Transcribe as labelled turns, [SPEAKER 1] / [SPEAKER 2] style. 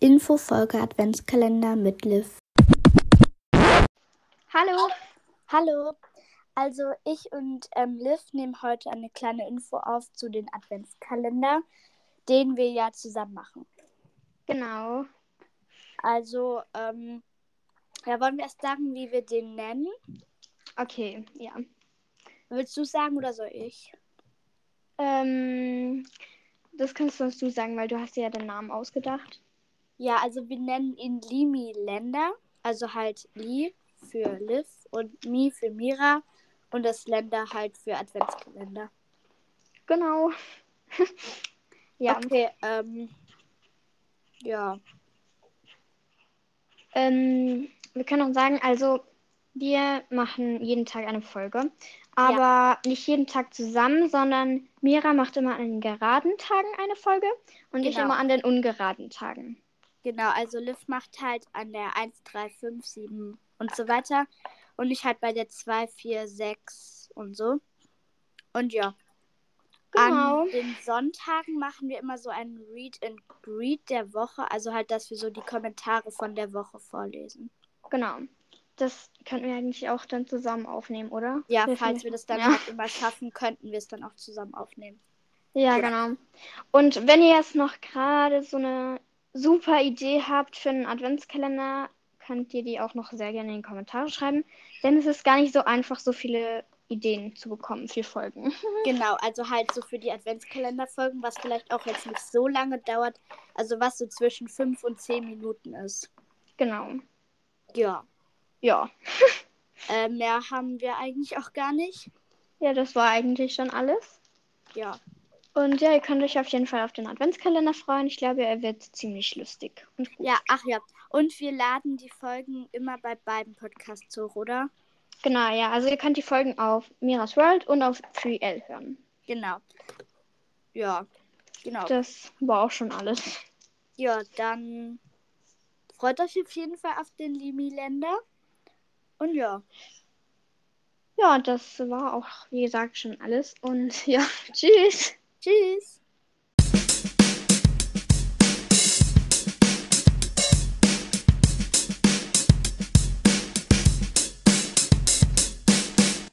[SPEAKER 1] Info Folge Adventskalender mit Liv.
[SPEAKER 2] Hallo.
[SPEAKER 1] Hallo. Also ich und ähm, Liv nehmen heute eine kleine Info auf zu den Adventskalender, den wir ja zusammen machen.
[SPEAKER 2] Genau.
[SPEAKER 1] Also ähm, ja, wollen wir erst sagen, wie wir den nennen?
[SPEAKER 2] Okay, ja.
[SPEAKER 1] Willst du sagen oder soll ich?
[SPEAKER 2] Ähm, das kannst sonst du sagen, weil du hast dir ja den Namen ausgedacht.
[SPEAKER 1] Ja, also wir nennen ihn Limi Länder, also halt Li für Liv und Mi für Mira und das Länder halt für Adventskalender.
[SPEAKER 2] Genau. ja.
[SPEAKER 1] Okay, ähm, ja,
[SPEAKER 2] Ähm, wir können auch sagen, also wir machen jeden Tag eine Folge, aber nicht jeden Tag zusammen, sondern Mira macht immer an den geraden Tagen eine Folge und ich
[SPEAKER 1] Genau.
[SPEAKER 2] immer an den ungeraden Tagen.
[SPEAKER 1] genau, also Liv macht halt an der 1, 3, 5, 7 und so weiter und ich halt bei der 2, 4, 6 und so. Und ja,
[SPEAKER 2] Genau.
[SPEAKER 1] an den Sonntagen machen wir immer so einen Read and Greet der Woche, also halt, dass wir so die Kommentare von der Woche vorlesen.
[SPEAKER 2] Genau. Das könnten wir eigentlich auch dann zusammen aufnehmen, oder?
[SPEAKER 1] Ja,
[SPEAKER 2] Wir
[SPEAKER 1] falls
[SPEAKER 2] vielleicht-
[SPEAKER 1] wir das dann
[SPEAKER 2] ja.
[SPEAKER 1] halt immer schaffen, könnten wir es dann auch zusammen aufnehmen.
[SPEAKER 2] Ja, genau. Und wenn ihr jetzt noch gerade so eine super Idee habt für einen Adventskalender, könnt ihr die auch noch sehr gerne in die Kommentare schreiben, denn es ist gar nicht so einfach, so viele Ideen zu bekommen für Folgen.
[SPEAKER 1] Genau, also halt so für die Adventskalenderfolgen, was vielleicht auch jetzt nicht so lange dauert, also was so zwischen 5 und 10 Minuten ist.
[SPEAKER 2] Genau.
[SPEAKER 1] Ja,
[SPEAKER 2] Ja.
[SPEAKER 1] äh, mehr haben wir eigentlich auch gar nicht.
[SPEAKER 2] Ja, das war eigentlich schon alles.
[SPEAKER 1] Ja,
[SPEAKER 2] Und ja, ihr könnt euch auf jeden Fall auf den Adventskalender freuen. Ich glaube, er wird ziemlich lustig und gut.
[SPEAKER 1] ja, ach ja. Und wir laden die Folgen immer bei beiden Podcasts hoch, oder?
[SPEAKER 2] Genau, ja. Also ihr könnt die Folgen auf Miras World und auf 3L hören.
[SPEAKER 1] Genau. Ja, genau.
[SPEAKER 2] Das war auch schon alles.
[SPEAKER 1] Ja, dann freut euch auf jeden Fall auf den Limi-Länder. Und ja,
[SPEAKER 2] Ja, das war auch, wie gesagt, schon alles. Und ja, tschüss.
[SPEAKER 1] tschüss.